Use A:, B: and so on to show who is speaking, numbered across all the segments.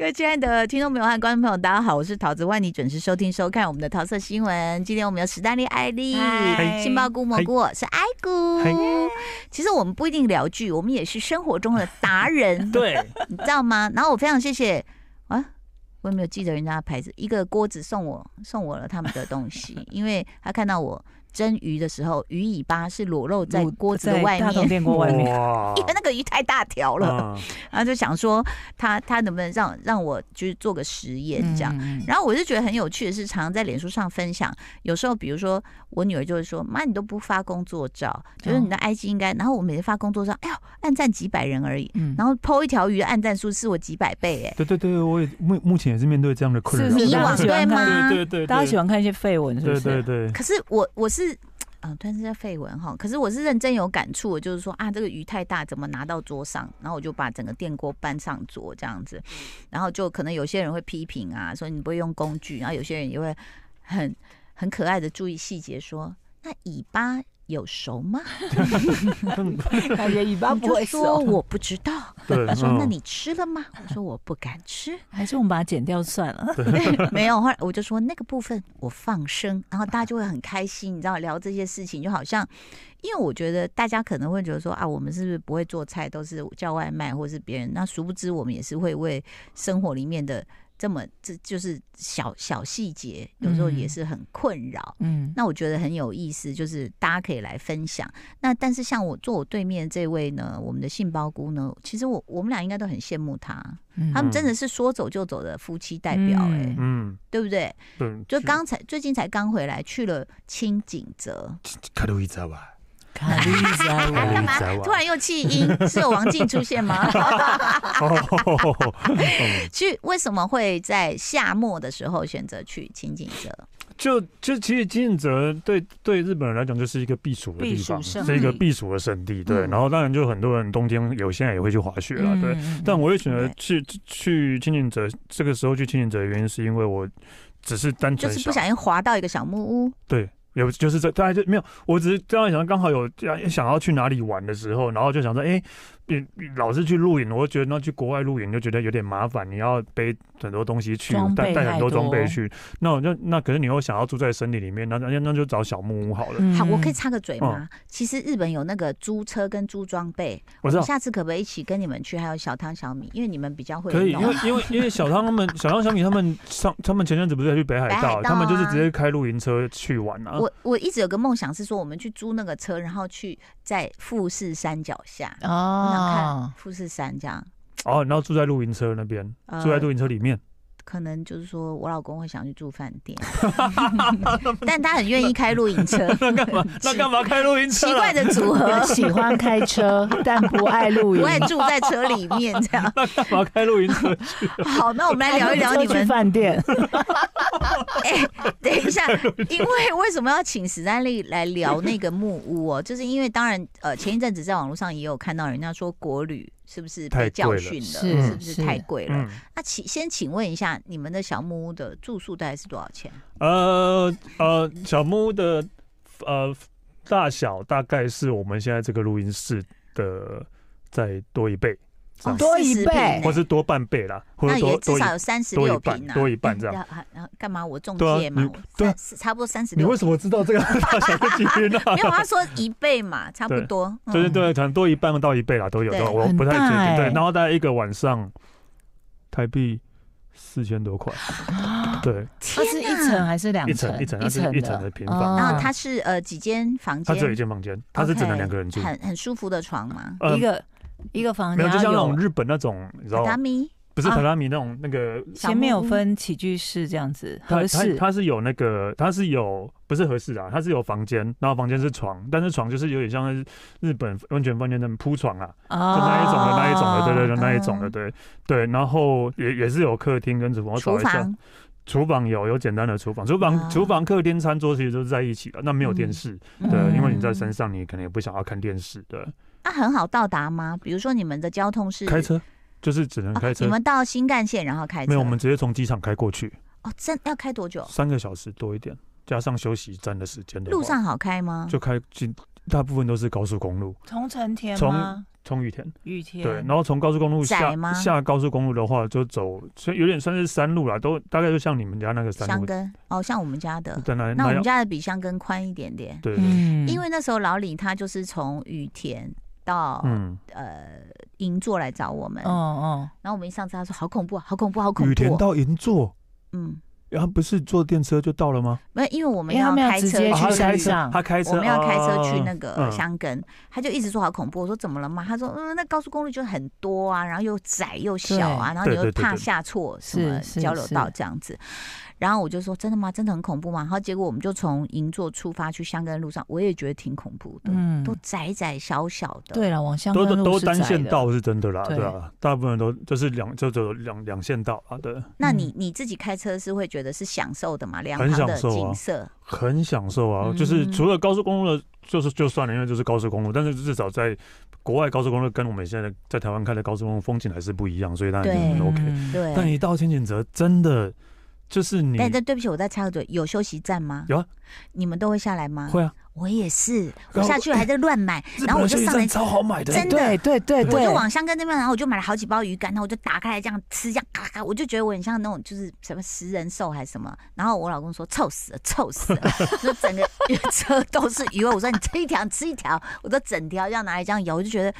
A: 位亲爱的听众朋友和观众朋友，大家好，我是桃子万妮，准时收听收看我们的桃色新闻。今天我们有史丹利、艾丽、
B: 嗨
A: 杏鲍菇、蘑菇，我是艾菇
B: 嗨。，
A: 其实我们不一定聊剧，我们也是生活中的达人
B: 对，
A: 你知道吗？然后我非常谢谢啊，我也没有记得人家的牌子，一个锅子送我送我了他们的东西，因为他看到我蒸鱼的时候，鱼尾巴是裸露在
C: 卤
A: 锅子的
C: 在
A: 外
C: 大同
A: 面，
C: 电锅外面，
B: 哇 啊
A: 因为那个鱼太大条了。
B: 哦
A: 然后就想说他他能不能让让我就是做个实验这样。
C: 嗯，
A: 然后我就觉得很有趣的是，常常在脸书上分享，有时候比如说我女儿就会说：“妈，你都不发工作照，就是你的 IG 应该。”然后我每次发工作照，哎呦，按赞几百人而已。
C: 嗯
A: 然后剖一条鱼的按赞数是我几百倍哎、
B: 对对对，我也目目前也是面对这样的困扰，
C: 是
A: 你
C: 是
A: 以往
C: 喜
A: 对
C: 欢看
A: 吗？
B: 对对对，
C: 大家喜欢看一些绯闻，是不
B: 对
C: 是？
B: 对对，
A: 可是我我是。啊，突然之间绯闻哈，可是我是认真有感触，我就是说啊，这个鱼太大，怎么拿到桌上？然后我就把整个电锅搬上桌这样子，
C: 嗯
A: 然后就可能有些人会批评啊，说你不会用工具，然后有些人也会很很可爱的注意细节说，那尾巴有熟吗？
C: 感觉尾巴
A: 我
C: 不
A: 就
C: 会
A: 说
C: 收，
A: 我不知道，
B: 对，
A: 他说
B: 嗯
A: 那你吃了吗？我说我不敢吃，
C: 还是我们把它剪掉算了。
A: 没有，后来我就说那个部分我放生，然后大家就会很开心，你知道聊这些事情，就好像，因为我觉得大家可能会觉得说啊，我们是不是不会做菜，都是叫外卖或是别人，那殊不知我们也是会为生活里面的这么这就是小小细节，有时候也
C: 嗯
A: 是很困扰。
C: 嗯，
A: 那我觉得很有意思，就是大家可以来分享。那但是像我坐我对面这位呢，我们的杏鲍菇呢，其实我我们俩应该都很羡慕他， 他们真的是说走就走的夫妻代表、哎、
C: 嗯
B: 嗯，
A: 对不对？
B: 对，
A: 就刚才最近才刚回来，去了清景泽，
B: 卡路伊扎瓦，
C: 卡利
A: 啊干
C: 扎
A: 嘛
B: 哇
A: 突然又弃音？是有王静出现吗？
B: 哦，
A: 去为什么会在夏末的时候选择去清景泽？
B: 就就其实金泽对对日本人来讲就是一个避暑的地方，
C: 避暑胜
B: 是一个
C: 地
B: 避暑的圣地，对。
A: 嗯
B: 然后当然就很多人冬天有现在也会去滑雪了，对。
A: 嗯
B: 但我会选择
A: 对
B: 去去青井泽，这个时候去青井泽的原因是因为我只是单
A: 就
B: 纯
A: 是不小心滑到一个小木屋，
B: 对，有就是这大家就没有，我只是这样想，刚好有想要去哪里玩的时候，然后就想说，哎、嗯老是去露营，我就觉得那去国外露营就觉得有点麻烦，你要背很多东西去
C: 装，备
B: 带带很多
C: 太多
B: 装备去，那我就那可是你又想要住在森林里面，那那那就找小木屋好了。
C: 嗯
A: 好，我可以插个嘴
B: 哦
A: 吗？其实日本有那个租车跟租装备，
B: 我知道。
A: 下次可不可以一起跟你们去？还有小汤小米，因为你们比较会
B: 可以，因
A: 弄
B: 为因为因为小汤他们，小汤小米他们上，他们前阵子不是在去北海
A: 北海
B: 道，
A: 道
B: 他们就是
A: 啊
B: 直接开露营车去玩啊。
A: 我我一直有个梦想是说，我们去租那个车，然后去在富士山脚下，我想看
C: 嗯哦，
A: 富士山这样。
B: 哦，然后住在露营车那边，
A: 呃
B: 住在露营车里 面。
A: 可能就是说我老公会想去住饭店，啊 但他很愿意开露营车，
B: 那 干嘛？那干嘛开露营车啊
A: 奇
B: 啦？
A: 怪的组合，
C: 喜欢开 车，但不爱露营
A: 不。爱 住在车里面这样。
B: 那干嘛开露营 车？
A: 好，那我们来聊一聊你
C: 去
A: 们。
C: 饭店，
A: 哎、等一下，因为为什么要请史丹利来聊那个木屋哦？就是因为当然，呃，前一阵子在网络上也有看到人家说国旅是不是被
B: 太
A: 教
B: 贵了
A: 训了，
C: 是
A: 不是
C: 是
A: 太贵了？
B: 嗯，
A: 那请先请问一下，你们的小木屋的住宿大概是多少钱？
B: 呃呃，小木屋的呃大小大概是我们现在这个录音室的再多一倍，这样
C: 哦多一
A: 40
C: 倍
A: 平
B: 或是多半倍啦，或
A: 哎那
B: 者多
A: 也至
B: 多一
A: 少有三十
B: 多
A: 六
B: 一
A: 平
B: 半
A: 啊。
B: 多一半这样。
A: 然后然后干嘛？我中
B: 对啊
A: 介嘛
B: 你，
A: 我
B: 对啊
A: 三差不多三十
B: 你
A: 六。
B: 为什么知道这个大小的基因呢？
A: 没 有，他啊说一倍嘛，差不
B: 对
A: 多。嗯
B: 对对对，可能多一半到一倍啦，都有，
A: 对
B: 都有我
C: 很
B: 不太
C: 大
B: 确定。对
C: 欸，
B: 然后大概一个晚上台币四千多块，对，
C: 它是一层还是两
B: 一层一层它是一层的平房
A: 然后它是呃几间房
B: 嗯它
A: 间，
B: 只有一间房间，它是只能两个人住
A: OK，，很很舒服的床嘛，
B: 呃
C: 哦一，个一个房
B: 没
C: 间
B: 有，就像那
C: 要
B: 种
C: 有
B: 日本那种，你知道
A: 榻榻米。
B: 不是
C: 啊
B: 榻榻米那种那个
C: 前面有
A: 小木屋
C: 分起居室这样子，
B: 它
C: 合
B: 它
C: 适。
B: 它是有那个，它是有不是合适啊，它是有房间，然后房间是床，但是床就是有点像是日本温泉饭店那种铺床啊，就那一种
C: 哦
B: 的那一种的，对对
A: 嗯
B: 对，那一种的，对对，然后也也是有客厅跟厨房，我找
A: 厨
B: 一下，
A: 房
B: 厨房有有简单的厨房，厨房、
A: 啊
B: 厨房、客厅、餐桌其实都是在一起的，那没有电视，
C: 嗯
B: 对，
C: 嗯
B: 因为你在山上，你可能也不想要看电视，对，
A: 那很好到达吗？比如说你们的交通是
B: 开车就是只能
A: 哦
B: 开车，
A: 你们到新干线然后开车？
B: 没有，我们直接从机场开过去，
A: 哦，真要开多久？
B: 三个小时多一点，加上休息站的时间的话
A: 路上好开吗？
B: 就开进大部分都是高速公路，
C: 从成田
B: 从
C: 吗？
B: 从雨田
C: 雨天
B: 对，然后从高速公路
A: 窄
B: 下
A: 吗
B: 下高速公路的话，就走，所以有点算是山路啦，都大概就像你们家那个山
A: 香
B: 路，
A: 根哦，像我们家的，
B: 在嗯那
A: 那我
B: 那
A: 们
B: 样，
A: 家的比香根宽一点点，
B: 对，对
C: 嗯
A: 因为那时候老李他就是从羽田到、
B: 嗯，
A: 呃银座来找我们，
C: 哦哦，
A: 然后我们一上车他说好恐怖啊，好恐怖，好恐
B: 雨
A: 怖
B: 田
A: 哦，
B: 到银座，
A: 嗯，
B: 然后不是坐电车就到了吗？啊
A: 没有，因为我们
C: 因为他
A: 要
C: 们要
A: 开
C: 直
A: 车
C: 接
A: 去
C: 去
B: 他
C: 山
B: 开车
C: 上
B: 哦他开车，
A: 我们要开车去
B: 哦
A: 那个
B: 嗯
A: 香根，他就一直说好恐怖。我说怎么了嘛？他说嗯，那高速公路就很多啊，然后又窄又小啊，然后你
B: 对
A: 又
B: 对对
A: 怕
B: 对
A: 下错什么
C: 是是
A: 交流道
C: 是
A: 这样子。然后我就说真的吗？真的很恐怖吗？然后结果我们就从银座出发去香根路上，我也觉得挺恐怖的，
C: 嗯
A: 都窄窄小小的。
C: 对了，往香
B: 都
C: 根路
B: 都都
C: 是
B: 单
C: 窄
B: 线
C: 的，
B: 道是真的啦，
C: 对
B: 对啊，大部分都就是两就只有两两线道啊，对，
A: 那你你自己开车是会觉得是享受的嘛？两
B: 很
A: 旁的
B: 享受啊
A: 景色，
B: 很享受啊，
C: 嗯
B: 就是除了高速公路的，就是就算了，因为就是高速公路，但是至少在国外高速公路跟我们现在在台湾开的高速公路风景还是不一样，所以当然就是很
A: 对
B: OK。
C: 嗯，
B: 但
A: 对。
B: 一到天井泽，真的就是你
A: 但但对不起，我再插个嘴，有休息站吗？
B: 有啊，
A: 你们都会下来吗？
B: 会啊，
A: 我也是，我
B: 然后
A: 下去还在乱买，
B: 日
A: 然后
B: 本
A: 我
B: 的
A: 就
B: 休息
A: 上来
B: 站超好买的，
A: 真的
C: 对对对
A: 我
C: 对，
A: 就往香根那边，然后我就买了好几包鱼干，然后我就打开来这样吃，这样咔咔咔，我就觉得我很像那种就是什么食人兽还是什么。然后我老公说臭死了，臭死 了，就整个车都是鱼味。我说你吃一条，你吃一条，我都整条要拿来这样咬，我就觉得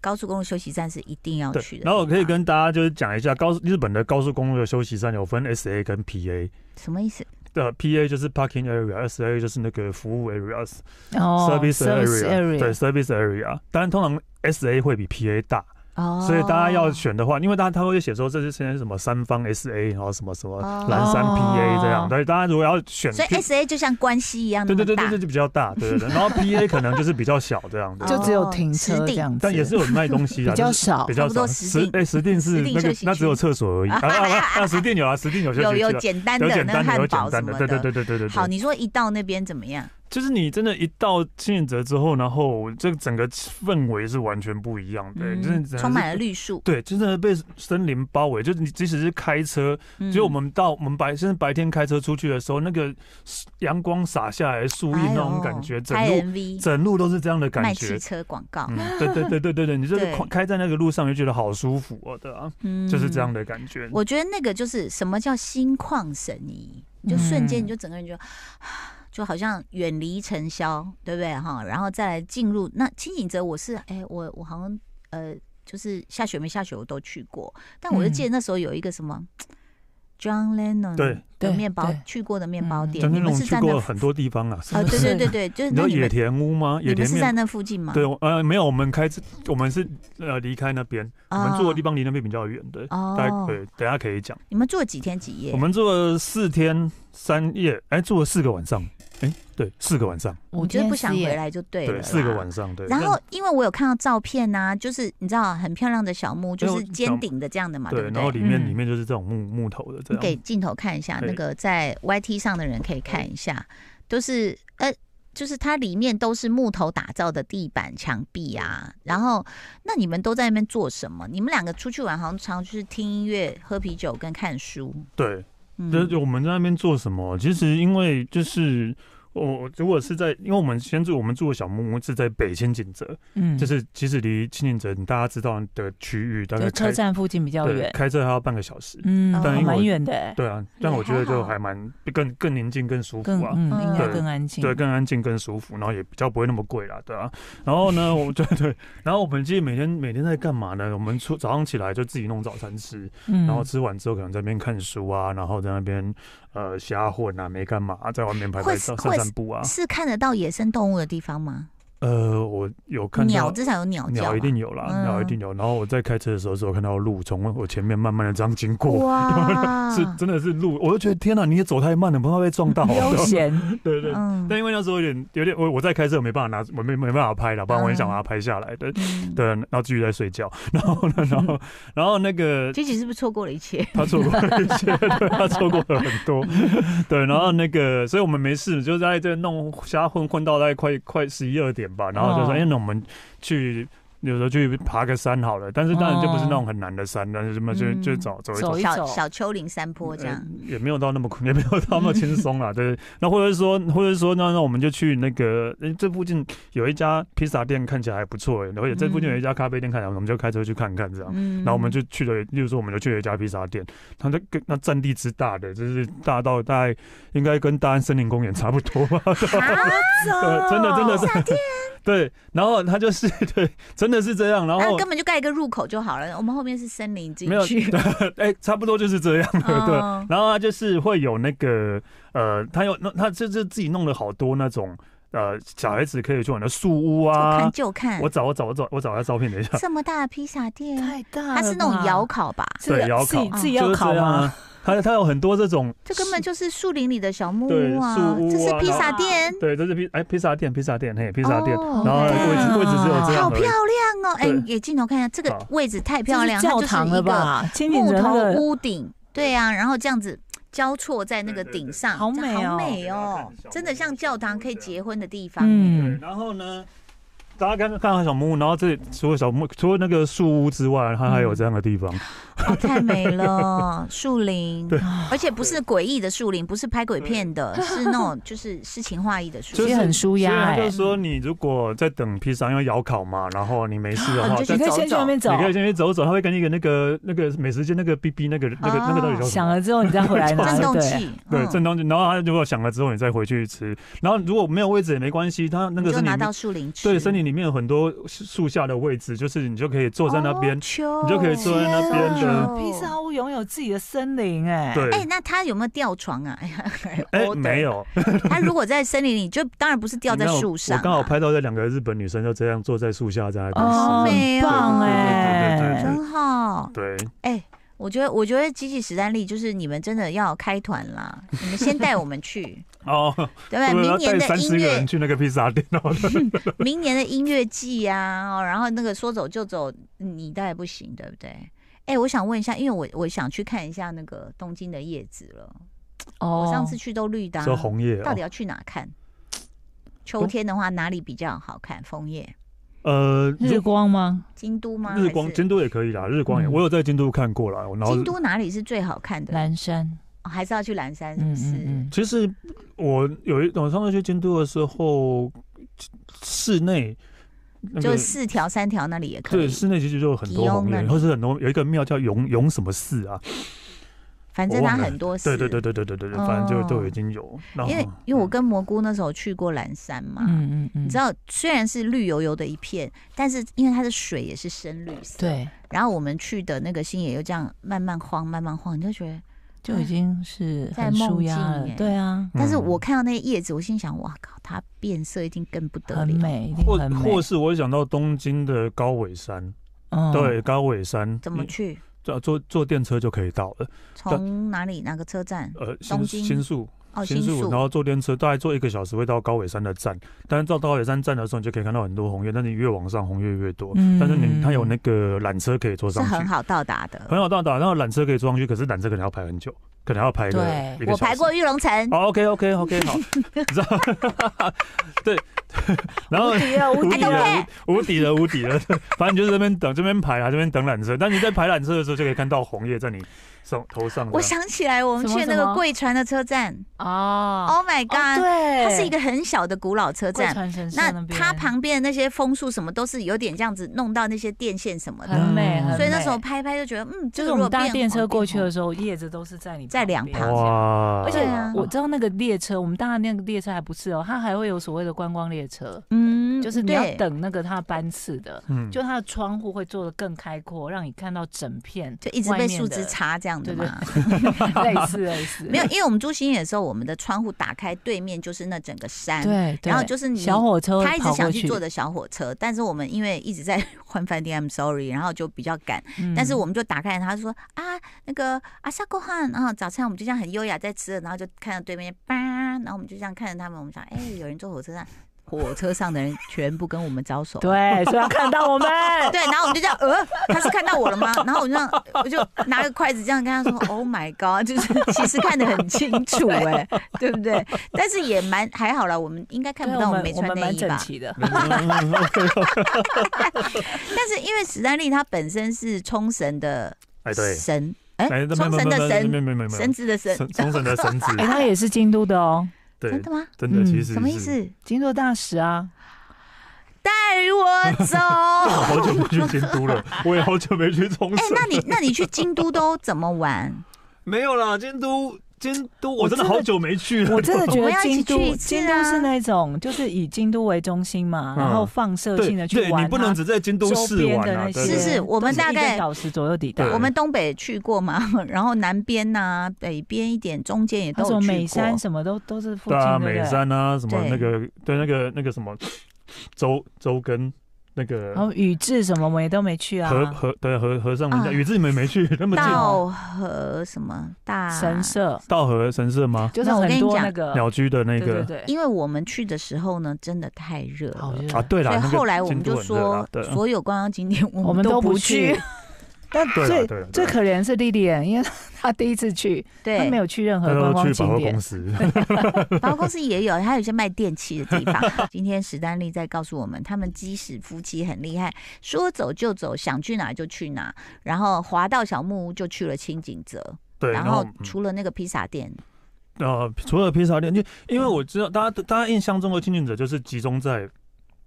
A: 高速公路休息站是一定要
B: 对
A: 去，的地方。
B: 然后我可以跟大家就是讲一下高日本的高速公路的休息站有分 SA 跟 PA，
A: 什么意思？
B: 呃 PA 就是 parking area，SA 就是那个服务 areas，
C: 哦
B: service
C: service
B: area，对
C: area，
B: service area，当然通常 SA 会比 PA 大，
A: 哦，
B: 所以大家要选的话，因为大家他会写说这是现在什么三方 SA，然后什么什么
A: 哦
B: 蓝山 PA 这样，
C: 哦
B: 所以大家如果要选 P，
A: 所以 S A 就像关系一样那
B: 对
A: 么
B: 对
A: 大，
B: 对对对就比较大，对对 对，然后 PA 可能就是比较小这样子，
C: 就只有
A: 哦
C: 停
A: 实
C: 车这
A: 地
C: 样子，
B: 但也是有卖东西
C: 比
B: 啊，
C: 较
B: 就是
C: 少
B: 比
A: 差
B: 较
A: 不多
B: 少。
A: 实
B: 实
A: 定
B: 哎，实定
A: 实
B: 是
A: 定
B: 那
A: 休
B: 个
A: 息
B: 那只有
A: 区
B: 厕所 而已 啊啊啊啊啊，实定有啊，实定有休息
A: 有
B: 区
A: 有
B: 了
A: 简单
B: 有
A: 的
B: 简
A: 那个
B: 单的，有
A: 汉堡
B: 简
A: 什么
B: 单的，对对对对对对。
A: 好，你说一到那边怎么样？
B: 就是你真的，一到清远泽之后，然后这个整个氛围是完全不一样的、
C: 嗯
B: 真的
A: 充满了
B: 了
A: 绿树。
B: 对，真的被森林包围。就是你即使是开车，
A: 嗯
B: 就我们到我们白，甚至白天开车出去的时候，那个阳光洒下来，树荫
A: 哎
B: 那种感觉，整
A: 拍
B: 路
A: MV
B: 整路都是这样的
A: 卖
B: 感
A: 汽
B: 觉。
A: 车广告，
B: 嗯，对对对对对对，你就是
A: 对
B: 开开在那个路上，就觉得好舒服哦，对啊，
A: 嗯
B: 就是这样。的感觉。
A: 我觉得那个就是什么叫心旷神怡，就瞬
C: 嗯
A: 间你就整个人就。就好像远离尘嚣，对不对哈？然后再来进入那清醒者，我是哎、我我好像呃，就是下雪没下雪我都去过，但我就
C: 嗯
A: 记得那时候有一个什么、John Lennon
B: 对
A: 的
C: 对
A: 面包
C: 对
A: 去过的面包
C: 嗯
A: 店，
B: 张
A: 你
B: 天
A: 们
B: 龙
A: 是
B: 去
A: 在那
B: 过很多地方啊，
A: 啊、对对对对，就是
B: 你
A: 那
B: 知道
A: 你
B: 野
A: 们
B: 田屋吗？
A: 你们
B: 野田
A: 是
B: 面
A: 在那附近吗？
B: 对，呃，没有，我们开车，我们是呃离开那边，我们住的地
A: 方
B: 方离那边比较远对，
A: 啊哦
B: 大概对，等一下可以讲。
A: 你们住了几天几夜？
B: 我们住了四天三夜，哎，住了四个晚上，哎，对，四个晚上，
A: 你
C: 我
A: 就是不想回，来就对了
B: 对，
A: 啦，
B: 四个晚上，对。
A: 然后，因为我有看到照片呐、就是你知道很漂亮的小木，就
B: 哎我
A: 是尖顶的这样的嘛，
B: 那
A: 对
B: 对，
A: 不
B: 然后里
A: 对？
B: 面
C: 嗯
B: 里面就是这种木木头的这
A: 你给
B: 样，
A: 镜头看一下，
B: 对
A: 那个在 YT 上的人可以看一下，都是呃，就是它里面都是木头打造的地板、墙壁啊。然后，那你们都在那边做什么？你们两个出去玩好像常就是听音乐、喝啤酒跟看书。
B: 对，
A: 嗯
B: 就就我们在那边做什么？其实因为就是我如果是在，因为我们先住我们住的小木屋是在北千景泽，
C: 嗯，
B: 就是其实离千景泽大家知道的区域大
C: 就
B: 概
C: 是车
B: 开
C: 站附近比较
B: 对
C: 远，
B: 开车还要半个小时，
C: 嗯，
A: 但
C: 还
B: 因为
C: 蛮
B: 我
C: 远的欸，
B: 对啊，但
A: 也
B: 我觉得
A: 嗯还
B: 就
A: 好
B: 还蛮更更宁静、更舒
C: 更
B: 服啊。
C: 嗯，应该
B: 对
C: 更安静，
B: 对，更安静、更舒服，然后也比较不会那么贵啦，对啊。然后呢，我 对对，然后我们其实每天每天在干嘛呢？我们出早上起来就自己弄早餐吃，
C: 嗯，
B: 然后吃完之后可能在那边看书啊，然后在那边呃瞎混啊，没干嘛，在外面拍
A: 会
B: 拍照、
A: 会
B: 散散步啊。
A: 是看得到野生动物的地方吗？
B: 呃，我有看
A: 鸟
B: 到
A: 至少有鸟叫吧，
B: 鸟一定有啦，
A: 嗯
B: 鸟一定有。然后我在开车的时候，是有看到鹿从我前面慢慢的这样经过，
A: 哇
B: 是真的是鹿，我就觉得天哪、你也走太慢了，不怕被撞到啊？
C: 悠闲，
B: 对对
A: 嗯
B: 但因为那时候有点有点，我我在开车，我没办法拿，我没没办法拍了，不然我很想把它拍下来的。对
A: 嗯
B: 对，啊然后继续在睡觉，然后呢，然后然后那个
A: 杰姐是不是错过了一切？
B: 他错过了一些，对他错过了很多，对，然后那个，所以我们没事，就在这弄瞎混混到大概快快十一二点吧，然后就说，
C: 哦
B: 哎、那我们去。有时候去爬个山好了，但是当然就不是那种很难的山，但是什么就
C: 哦嗯
B: 就走走一
C: 走
B: 走
C: 一。
A: 小小丘陵山坡这样
B: 呃，也没有到那么 困，也没有到那么轻 松啦。对，那或者是说，或者是说，那那我们就去那个，诶这附近有一家披萨店看起来还不错，而且这附近有一家咖啡店看起来，我们就开车去看看这样。
A: 嗯，
B: 然后我们就去了，例如说我们就去了一家披萨店，它那个那占地之大的，就是大到大概应该跟大安森林公园差不多 吧。
A: 啊
B: 呃真的真的
A: 走
B: 是
A: 哦夏天
B: 对，然后它就是对，真的是这样。然
A: 啊
B: 后
A: 根本就盖一个入口就好了，我们后面是森林进
B: 没有
A: 去，
B: 哎、差不多就是这样了，对。
A: 嗯
B: 然后它就是会有那个呃，它有那它就是自己弄了好多那种呃小孩子可以去玩的树屋
A: 就
B: 啊
A: 看。就看
B: 我，找我找我找我找他照片等一下，
A: 这么大的披萨店，
C: 太大了吧，
A: 它是那种窑烤吧？
C: 自己
B: 对窑烤
C: 自己自己
B: 就
C: 要
B: 是
C: 烤
B: 这样
C: 吗？
B: 啊。它它有很多这种
A: 这根本就是树林里的小木
B: 对
A: 屋啊
B: 树，屋
A: 这是
B: 啊
A: 披
B: 然后
A: 萨店，
B: 对，这是披哎披萨店，披萨店嘿，披萨店，
A: 哦
B: 然后
C: 好
B: 位
C: 大
B: 置位置只有这样
A: 好
B: 而
A: 漂
B: 已。
A: 亮哦！哎，
B: 对
A: 你给镜头看一下，这个
B: 好
A: 位置太漂
C: 这
A: 亮，
C: 是
A: 它
C: 教
A: 就是
C: 堂了
A: 一个
C: 吧？千年
A: 木
C: 的那
A: 头
C: 个
A: 屋顶，对啊，然后这样子交错在那个顶上，
C: 对对对
A: 这样好
C: 好
A: 美
C: 美哦
A: 哦，真的像教堂可以结婚的地方。
B: 对，
C: 嗯，
B: 然后呢，大家看看到小木屋，然后这里除了小木除了那个树屋之外，它还
A: 嗯
B: 有这样的地方，
A: 哦，太美了，树林
B: 对，
A: 而且不是诡异的树林，不是拍鬼片的，是那种就是诗情画意的树
B: 就
A: 林
C: 其实
B: 是。
C: 很舒
B: 所以
C: 压
B: 他
C: 哎
B: 就。说你如果在等披萨，因为窑烤嘛，然后你没事的
A: 哦
B: 话，
A: 你就
B: 再
A: 去
C: 你可以先去
A: 走
C: 外面走
B: 你，可以先去走走，他会给你一个那个那个美食街那个 B B 那个那个那个到底叫什
C: 想
B: 么？
C: 了之后你再回 来拿，
A: 震动
C: 对
A: 器，
B: 对，
A: 啊嗯
B: 正东西，然后他如果想了之后，你再回去吃。然后如果没有位置也没关系，他那
A: 你
B: 个
A: 就是拿到树林吃，
B: 对，森林里面有很多树下的位置，就是你就可以坐在那边
A: 哦，秋
B: 你就可以坐在那边的
C: 天啊
A: 哦
C: 披萨屋拥有自己的森林哎，
B: 对，
A: 哎、那他有没有吊床啊？
B: 哎、
A: Order
B: 没。有，
A: 他如果在森林里，就当然不是 吊在
B: 你看我
A: 树上啊、
B: 我刚好拍到这两个日本女生就这样坐在树下在那边吃，
C: 哦，
A: 好美哦
C: 很棒哎，
A: 真好。
B: 对，
A: 哎、我觉得，我觉得集体实战力就是你们真的要开团啦，你们先带我们去，
B: 哦，
A: 对
B: 我
A: 不对？
B: 们
A: 明
B: 要
A: 年
B: 带
A: 的
B: 三
A: 音
B: 十个
A: 乐
B: 人，去那个披萨店 哦，
A: 明年的音乐季啊，哦然后那个说走就走，你带不行，对不对？哎、我想问一下，因为我我想去看一下那个东京的叶子了，
C: 哦
A: 我上次去都绿的啊、
B: 说红叶、
A: 到底
B: 哦，
A: 要去哪看？秋天的话，哪里比较好看？枫叶、
B: 呃，
C: 日
B: 如
C: 光吗？
A: 京都吗？
B: 日
A: 还
B: 光
A: 是
B: 京都也可以啦，日光也，
C: 嗯
B: 我有在京都看过啦，然后
A: 京都哪里是最好看的？
C: 南山，
A: 哦还是要去蓝山，是
C: 嗯
A: 不是？
C: 嗯
B: 其实我有一我上次去京都的时候，室内那
A: 就
B: 个
A: 是四条三条那里也可
B: 对
A: 以，
B: 室内其实就有很多
A: 吉
B: 红
A: 翁那
B: 叶，
A: 里
B: 或是很多有一个庙叫永永什么寺啊，
A: 反正
B: 我
A: 它
B: 忘了
A: 很多
B: 对
A: 寺。
B: 对对对对对对，反正
A: 哦
B: 就都已经有，然后嗯
A: 因为因为我跟蘑菇那时候去过蓝山嘛，
C: 嗯嗯嗯，
A: 啊你知道虽然是绿油油的一片，但是因为它的水也是深绿色，。
C: 对，
A: 然后我们去的那个星野又这样慢慢晃，慢慢晃，你就觉得。
C: 就已经是
A: 在
C: 很舒压
A: 梦境
C: 了
A: 哎，
C: 对啊，
A: 但是
B: 嗯
A: 我看到那些叶子，我心想：哇靠，它变色一定更不得哦
C: 很
A: 了。
C: 美，一定
B: 或
C: 很美
B: 或是我想到东京的高尾山，
C: 嗯
B: 对，高尾山
A: 哦怎么
B: 你
A: 去？
B: 坐坐坐电车就可以到了，
A: 从哪里哪个车站？
B: 呃，
A: 东
B: 新
A: 京
B: 新宿
A: 哦，
B: 新
A: 新
B: 宿，
A: 宿
B: 然。后坐电车大概坐一个小时会到高尾山的站，但是到高尾山站的时候，你就可以看到很多红叶，但是你越往上红叶越多，
C: 嗯
B: 但是你它有那个缆车可以坐
A: 是
B: 上去，
A: 很好到达的。
B: 很好到达，然后缆车可以坐上去，可是缆车可能要排很久，可能要排个
C: 对
B: 一个
A: 我
B: 小
A: 排
B: 时
A: 过玉龙城，
B: 哦，OK OK OK，好，你知道， 对，然后
C: 无敌了，无
B: 无
C: 敌
B: 敌
A: 了
C: 了，
B: 了，无无敌了，无敌了， 反正你就在这边等，这边排啊，这边等缆车。但你在排缆车的时候，就可以看到红叶在你手头上。
A: 我想起来我们去那
C: 什么什
A: 个
C: 么
A: 贵船的车站。
C: 哦，
A: Oh my
C: 哦
A: god！
C: 对，
A: 它是一个很小的古老车
C: 贵
A: 站，
C: 船神社
A: 那
C: 那边
A: 它旁边的那些枫树什么都是有点这样子弄到那些电线什么
C: 很
A: 的，
C: 美，
B: 嗯
C: 很
A: 所以那时候
C: 美
A: 拍一拍就觉得，嗯，这
C: 就是
A: 个
C: 我
A: 如果
C: 们搭
A: 变
C: 电
A: 红
C: 车过去
A: 变
C: 的
A: 红
C: 时候，叶子都是在你
A: 在两
C: 旁边
A: 旁
B: 哇，
C: 而且
A: 对啊
C: 我知道那个列车，我们搭的那个列车还不是哦，它还会有所谓的观光列车，
A: 嗯，
C: 就是你要
A: 对
C: 等那个它的班次的，
B: 嗯，
C: 就它的窗户会做的更开阔，让你看到整 片，
A: 就一直
C: 外
A: 被
C: 面
A: 树
C: 的
A: 枝插这样的
C: 对对
A: 嘛。
C: 类似类似，
A: 没有，因为我们住新野的时候，我们的窗户打开，对面就是那整个山。
C: 对，对
A: 然后就是你
C: 小火车
A: 他一直
C: 跑过
A: 想去坐，的小火车，但是我们因为一直在 换饭店，I'm sorry，然后就比较赶。
C: 嗯
A: 但是我们就打开，他说啊，那个阿萨够汉啊，早餐我们就这样很优雅在吃了，然后就看到对面叭，然后我们就这样看着他们，我们想，哎、有人坐火车站，火车上的人全部跟我们招手。
C: 对，所以要看到我们。
A: 对，然后我们就这样，呃，他是看到我了吗？然后我就这样，我就拿个筷子这样跟他说，Oh my god，就是其实看得很清楚、哎，对不对？但是也蛮还好啦，我们应该看不
C: 对
A: 到
C: 我
A: 我
C: 们
A: 没
C: 我
A: 穿
C: 们
A: 内
C: 蛮
A: 衣
C: 整
A: 吧？
C: 齐 的。
A: 但是因为史丹利他本身是冲绳的
B: 哎，对，
A: 神，哎、
B: 哎，
A: 冲绳的
B: 没
A: 神，
B: 有没有没有没
A: 神
B: 有，
A: 子的神，
B: 冲冲绳的 绳子，
C: 哎，他也是京都的哦，
B: 对，
A: 真的吗？
B: 真的，
C: 嗯
B: 其实
A: 什么意
B: 是？
A: 思？
C: 京都大使啊。
A: 带我走。
B: 我 好久不去京都了，我也好久没去冲
A: 哎、
B: 绳。
A: 那你那你去京都都怎么玩？
B: 没有啦，京都，京都，
C: 我
B: 我真的
C: 真的
B: 好久没 去了。
C: 我真的觉
A: 我们
C: 得
A: 要一起
C: 京都，
A: 去一次
C: 京
A: 啊
C: 都是那种就是以京都为中心嘛，
B: 嗯
C: 然后放射
B: 对
C: 性的去
B: 对，
C: 玩它。啊
B: 你不能只在京都
C: 周
B: 市
C: 边
B: 玩
C: 的
B: 啊
C: 那，
B: 对
C: 些，
A: 是是我们
C: 都
A: 大
C: 一个
A: 概
C: 小时左右抵达
B: 对。
A: 我们东北去过嘛， 然后南边呐、北边一点、中间也
C: 还
A: 都
C: 有什么
A: 有
C: 美
A: 去过。
C: 山什么都都是附
B: 对
C: 近，
B: 啊，
C: 对不
B: 美
C: 对
B: 山啊，什么
A: 对
B: 那个，对那个那个什么周周根那个
C: 然后宇治什么我们也都没去啊，
B: 和和对和和尚文
A: 哦啊
B: 家，宇智你们没去，那么近
C: 大
A: 道和什么大
C: 神？社
B: 道和神社吗？
C: 就是
A: 啊那我跟
C: 很
A: 你
C: 多
A: 讲
C: 那个
B: 鸟居的那
C: 对对
B: 个
C: 对，
A: 因为我们去的时候呢，真的太热
C: 好
A: 了。
C: 热
B: 啊，对
A: 所
B: 啦，
A: 以
B: 那个
A: 后来我们
B: 京
A: 就
B: 都很热
A: 说
B: 啦，对啊
A: 所有观光景点
C: 我
A: 我
C: 们
A: 们
C: 都
A: 都不
C: 不去
A: 去。
C: 但
B: 对啦
C: 最
B: 对啦
C: 最
B: 对啦，
C: 可怜是莉莉安， 因为她第一次去，她
A: 对
C: 没，有去任何
B: 那
C: 呃观
B: 都
C: 光
B: 呃去百
C: 景
B: 货
C: 点
B: 公。司，
A: 百货公司也有，它有一些卖电器的地方。 今天史丹利在告诉我们，他们即使夫妻很厉害，说走就走，想去哪就去哪。然后滑到小木屋就去了清景泽，
B: 对，
A: 然
B: 然
A: 后
B: 后嗯
A: 除了那个披萨店，
B: 呃，除了披萨店，就因为我知道大家大家印象中的亲近者就是集中在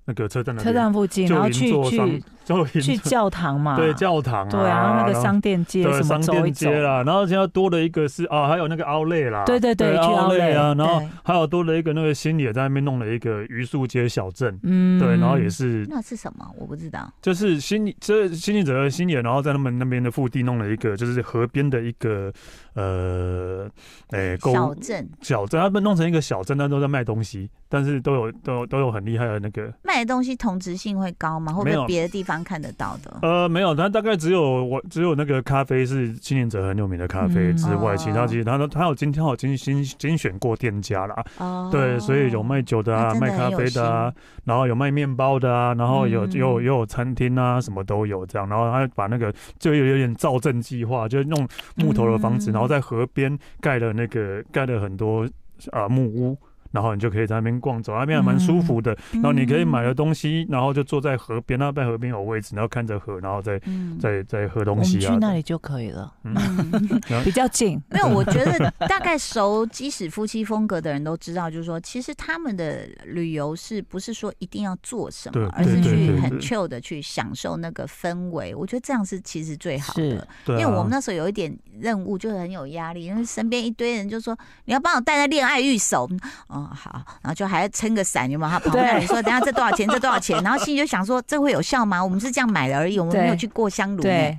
B: 那个车站那
C: 车
B: 边，
C: 站附近，然
B: 就
C: 后
B: 银
C: 去
B: 座商
C: 去，
B: 就银
C: 去
B: 座
C: 教堂嘛，
B: 对教堂啊，
C: 对啊，然后那个
B: 然后
C: 商店街
B: 对
C: 什么
B: 商
C: 走一
B: 店
C: 走
B: 街，啊啦，然后现在多了一个是啊，还有那个奥莱啦，
C: 对对对去
B: 奥莱啊，然后
A: 对
B: 还有多了一个那个新野在那边弄了一个榆树街小镇。
C: 嗯，
B: 对，然后也是，
A: 那是什么？我不知道。
B: 就是新这新进者的新野，然后在他们那边的腹地弄了一个，就是河边的一个呃，诶、购
A: 小
B: 物
A: 镇
B: 小镇，他们弄成一个小镇，但都在卖东西，但是都有都有都有很厉害的那个，
A: 卖的东西同质性会高吗？会不
B: 没
A: 会
B: 有
A: 别的地方看得到的？
B: 呃，没有，他大概只有我只有那个咖啡是青年者很有名的咖啡
C: 嗯
B: 之外，
A: 哦
B: 其他其实他都他有精挑有精精精选过店家啦，
A: 哦，
B: 对，所以有卖酒的啊，
A: 那真的
B: 卖咖啡的啊，然后有卖面包的啊，然后有
C: 嗯
B: 也有也有餐厅啊，什么都有这样，然后他把那个就有有点造镇计划，就是弄木头的房子，
C: 嗯
B: 然后在河边盖了那个盖了很多啊、呃木屋。然后你就可以在那边逛走，那边还蛮舒服的。
C: 嗯
B: 然后你可以买了东西，然后就坐在河边，那在河边有位置，然后看着河，然后再
A: 嗯
B: 再再喝
C: 我
B: 东
C: 们
B: 西
C: 去
B: 啊。
C: 那里就可以了，
A: 嗯
C: 比较近。
A: 没有，我觉得大概熟即使夫妻风格的人都知道，就是说，其实他们的旅游是不是说一定要做什
B: 对
A: 么，而是
C: 对对
A: 去
C: 对
A: 很
B: 对
A: chill 的去享受那个氛围？我觉得这样是其实最好
C: 是
A: 的。
B: 对啊
A: 因为我们那时候有一点任务，就很有压力，因为身边一堆人就说你要帮我带在恋爱玉手，嗯，好，然后就还要撑个伞，有没有？ 他旁边
C: 对
A: 你说等一下这多少钱，这多少钱，然后心里就想说这会有效吗？我们是这样买的而已，我们没有
C: 对
A: 去过香炉呢。
C: 对，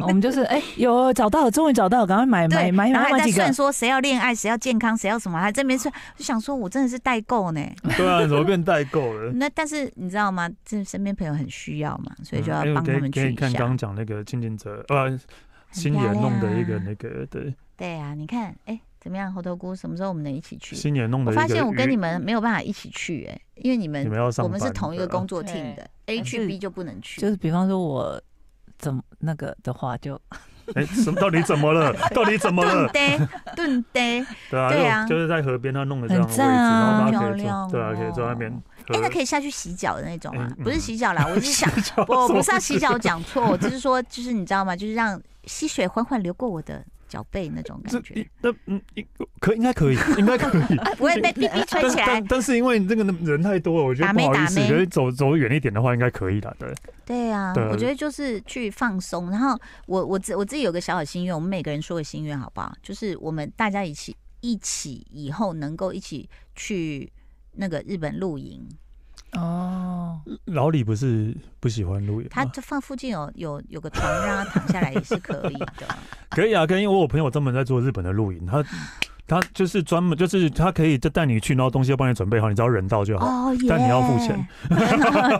C: 我们就是哎，有终于找到了，终于找到了，赶快买
A: 对，
C: 买买
A: 然
C: 买
A: 后还
C: 买
A: 在
C: 几个
A: 算。说谁要恋爱，谁要健康，谁要什么，还真没算。就想说我真的是代购呢。
B: 对啊，怎么变代购了？
A: 那但是你知道吗？这身边朋友很需要嘛，所以就要
B: 嗯因为
A: 帮他
B: 可以
A: 们
B: 可
A: 去
B: 以
A: 一
B: 看刚
A: 下。
B: 刚讲那个亲近者，呃，
A: 很
B: 新
A: 漂
B: 野
A: 亮
B: 弄的一个
A: 啊
B: 那个，对，
A: 对啊，你看，哎，怎么样，猴头菇？什么时候我们能一起去？
B: 新野弄
A: 我
B: 的一个。
A: 发现我跟你们没有办法一起去，哎，因为你
B: 你
A: 们
B: 们要上
A: 我
B: 班啊
A: 们
B: 的，
A: 是同一个工作 team
C: 对
A: 的，A
C: 但
A: 去
C: 是
A: B 就不能去。
C: 就是比方说我怎么那个的话，就
B: 哎，什么到底怎么了？到底怎么
A: 顿
B: 了？
A: 呆，顿 呆，
B: 对啊，
A: 对啊
B: 就就是在河边他弄的这样的位置，
C: 很赞啊
B: 然后大家
A: 漂
B: 可以
A: 亮哦
B: 坐，对啊，可以坐那边
A: 哎，那
B: 喝。
A: 可以下去洗脚的那种啊
B: 哎，嗯
A: 不是洗脚啦，我是 想，我不是要洗脚，我讲错，我只是说，就是你知道吗？就是让溪水缓缓流过我的脚背那种
B: 这
A: 感觉
B: 一，那嗯，一可应该可以，应该可 以。
A: 不会被哔哔吹
B: 但是
A: 起来
B: 但。但是因为这个人太多了，我觉
A: 打
B: 得不
A: 妹
B: 好
A: 打
B: 意思。
A: 妹
B: 可是走走远一点的话，应该可以的。对，
A: 对啊，
B: 对
A: 我觉得就是去放松。然后我我自我自己有个小小心愿，我们每个人说个心愿好不好？就是我们大家一起一起以后能够一起去那个日本露营，
C: 哦，
B: 老李不是不喜欢露营
A: 他
B: 吗？
A: 就放附近有有有个床让他躺下来也是可以 的。
B: 可以啊，可以，因为我有朋友专门在做日本的露营，他他就是专门就是他可以就带你去，然后东西要帮你准备好，你只要人到就好。
A: 哦耶！
B: 但你要付 钱。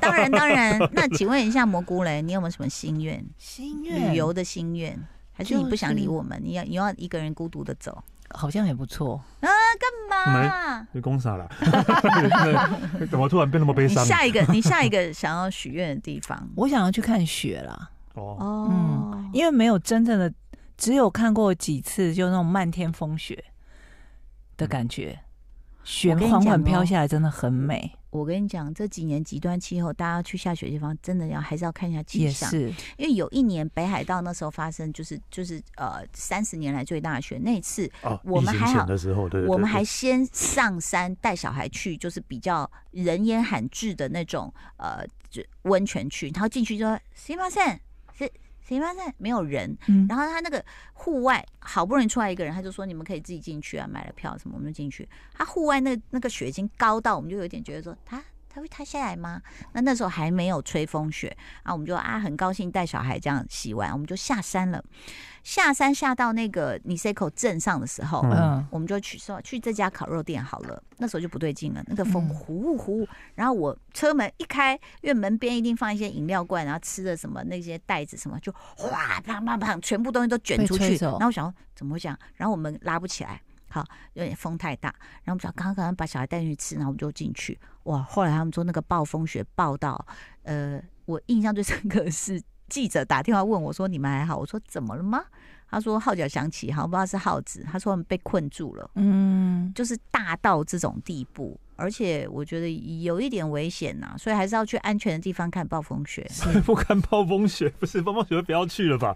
A: 当然当然。那请问一下蘑菇嘞，你有没有什么心愿？
C: 心
A: 旅游的心愿？还是你不想理我们？你要你要一个人孤独的走？
C: 好像也不错。
A: 干嘛？
B: 你攻啥 了？怎么突然变那么悲
A: 你
B: 伤？
A: 下一个，你下一个想要许愿的地方
C: 我想要去看雪啦，
B: 哦，
A: 哦，
C: 嗯
A: 为
C: 因为没有真正的，只有看过几次，就那种漫天风雪的感觉，雪
A: 我跟你
C: 缓
A: 讲
C: 缓
A: 哦
C: 飘下来，真的很美。
A: 我跟你讲，这几年极端气候，大家去下雪的地方真的要还是要看一下气
C: 也
A: 象，
C: 是，
A: 因为有一年北海道那时候发生就是就是呃三十年来最大的雪，那一次
B: 哦，
A: 我
B: 疫
A: 们
B: 情
A: 还
B: 前
A: 好
B: 的时候，对对对，
A: 我们
B: 对
A: 还 先上山带小孩去，就是比较人烟罕至的那种呃就温泉区，然后进去就说行吧，森，行行吧，森，没有人。
C: 嗯
A: 然后他那个户外好不容易出来一个人，他就说你们可以自己进去啊，买了票什么我们就进去。他户外那那个雪已经高到我们就有点觉得说他。他会塌下来吗？那那时候还没有吹风雪啊，我们就啊很高兴带小孩这样洗完，我们就下山了。下山下到那个尼塞口镇上的时候，
B: 嗯
C: 嗯，
A: 我们就去说去这家烤肉店好了。那时候就不对劲了，那个风
C: 嗯
A: 呼呼呼。然后我车门一开，因为门边一定放一些饮料罐，然后吃的什么那些袋子什么，就哗砰砰砰，全部东西都卷
C: 被
A: 出
C: 吹
A: 去。
C: 走
A: 然后我想说怎么会这样？然后我们拉不起来，好，有点风太大。然后我们想刚刚刚把小孩带进去吃，然后我们就进去。哇，后来他们说那个暴风雪暴到，呃，我印象最深刻的是记者打电话问我说：“你们还好？”我说：“怎么了吗？”他说：“号角响起，好像不知道是号子。”他说：“我们被困住了，
C: 嗯，
A: 就是大到这种地步，而且我觉得有一点危险呐、所以还是要去安全的地方看暴风雪。
B: 不看暴风雪，不是暴风雪就不要去了吧？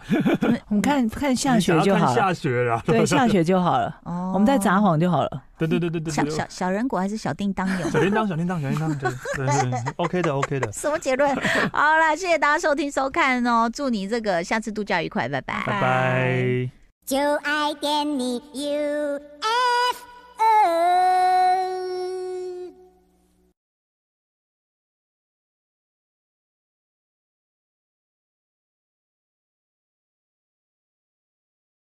C: 我们看看下
B: 你
C: 雪
B: 想要
C: 就
B: 看
C: 好了，
B: 下雪啦。
C: 对，下雪就好了。
A: 哦
C: 我们在札幌就好了。
B: 对对对对对
A: 小
B: 对。
A: 小小人国还是哦小叮当有？
B: 小铃铛，小铃铛，小铃铛，对对对对，OK 的，OK 的，
A: 什么结 论？好啦，谢谢大家收听收看哦，祝你这个下次度假愉快，拜拜。
B: 拜拜。
D: 就爱点你 UFO。